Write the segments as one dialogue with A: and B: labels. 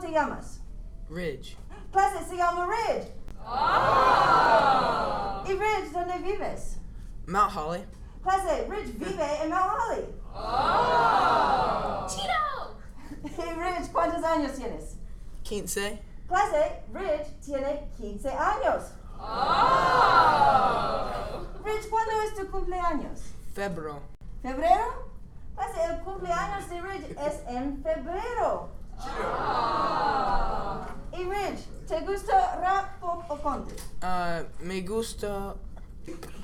A: te llamas?
B: Ridge,
A: Clase se llama Ridge. ¿Y Ridge dónde vives?
B: Mount Holly,
A: Clase, Ridge vive en Mount Holly.
C: ¡Chino!
A: Y Ridge, ¿cuántos años tienes?
B: Quince,
A: Clase, Ridge tiene 15 años. Ridge, ¿cuándo es tu cumpleaños?
B: Febrero,
A: ¿Febrero? Clase, el cumpleaños de Ridge es en febrero. Y Ridge, ¿te gusta rap, pop o country?
B: uh, me gusta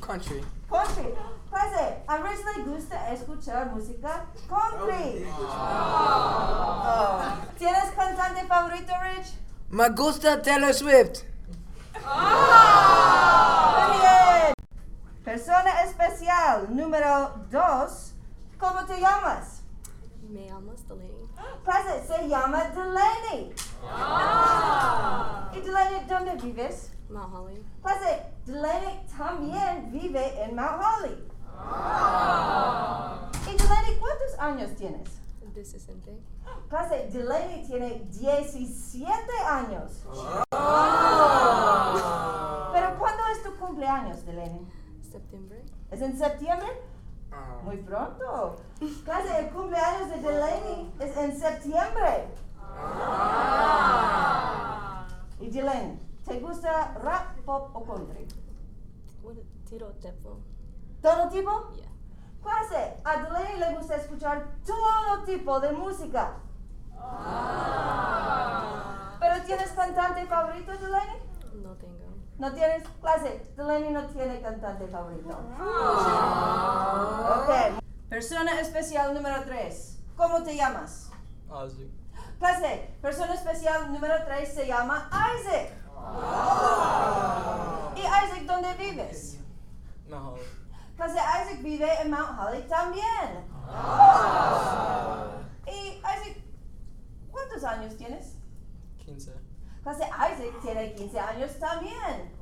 B: country.
A: Country. Clase, a Ridge le gusta escuchar música country. Oh. ¿Tienes cantante favorito, Ridge?
B: Me gusta Taylor Swift.
A: Muy bien. Persona especial número 2. ¿Cómo te llamas?
C: Me llamas Delaney.
A: Clase, se llama Delaney. ¿Y Delaney dónde vives?
C: Mount Holly.
A: Clase, Delaney también vive en Mount Holly. ¿Y Delaney cuántos años tienes?
C: This isn't it.
A: Clase, Delaney tiene 17 años. ¿Pero cuándo es tu cumpleaños, Delaney?
C: September.
A: ¿Es en septiembre?
D: Oh,
A: Muy pronto. Clase, el cumpleaños de Delaney es en septiembre. Y Delaney, ¿te gusta rap, pop o country?
C: What a tiro tepo.
A: ¿Todo tipo?
C: Yeah.
A: Clase, a Delaney le gusta escuchar todo tipo de música. ¿Pero tienes cantante favorito, Delaney?
C: No tengo.
A: No tienes clase. Delaney no tiene cantante favorito. Ok. Persona especial número 3. ¿Cómo te llamas?
D: Ozzy.
A: Clase. Persona especial número 3 se llama Isaac. ¿Y Isaac dónde vives?
D: Mount Holly.
A: Clase, Isaac vive en Mount Holly también. ¿Y Isaac cuántos años tienes?
D: 15.
A: Clase Isaac tiene 15 años también.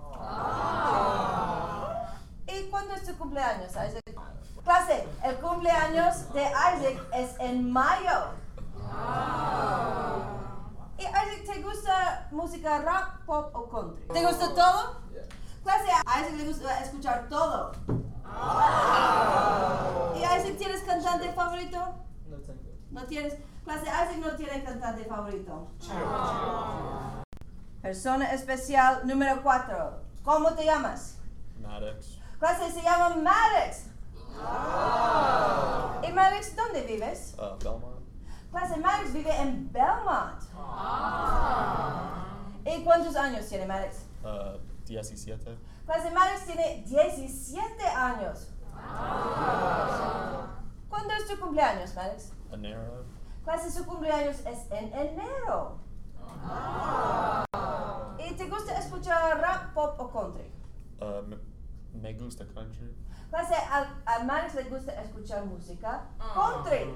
A: ¿Y cuándo es tu cumpleaños, Isaac? Clase, el cumpleaños de Isaac es en mayo. ¿Y Isaac te gusta música rock, pop o country? ¿Te gusta todo? Clase, a Isaac le gusta escuchar todo. ¿Y Isaac tienes cantante favorito?
D: No tengo.
A: No tienes. Clase Isaac no tiene cantante favorito. Persona especial número 4. ¿Cómo te llamas?
D: Maddox.
A: Clase se llama Maddox. ¿Y Maddox dónde vives?
D: Uh, Belmont.
A: Clase Maddox vive en Belmont. ¿Y cuántos años tiene Maddox?
D: Uh, 17.
A: Clase Maddox tiene 17 años. ¿Cuándo es tu cumpleaños, Maddox?
D: Anero.
A: Clase, su cumpleaños es en enero. ¿Y te gusta escuchar rap, pop o country?
D: Uh, me, me gusta country.
A: Clase, a, a Maris le gusta escuchar música country.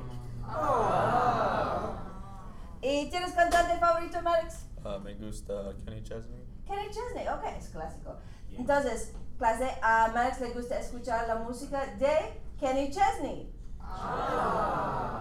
A: ¿Y tienes cantante favorito, Maris?
D: Uh, me gusta Kenny Chesney.
A: Kenny Chesney, ok, es clásico. Entonces, clase, a Maris le gusta escuchar la música de Kenny Chesney.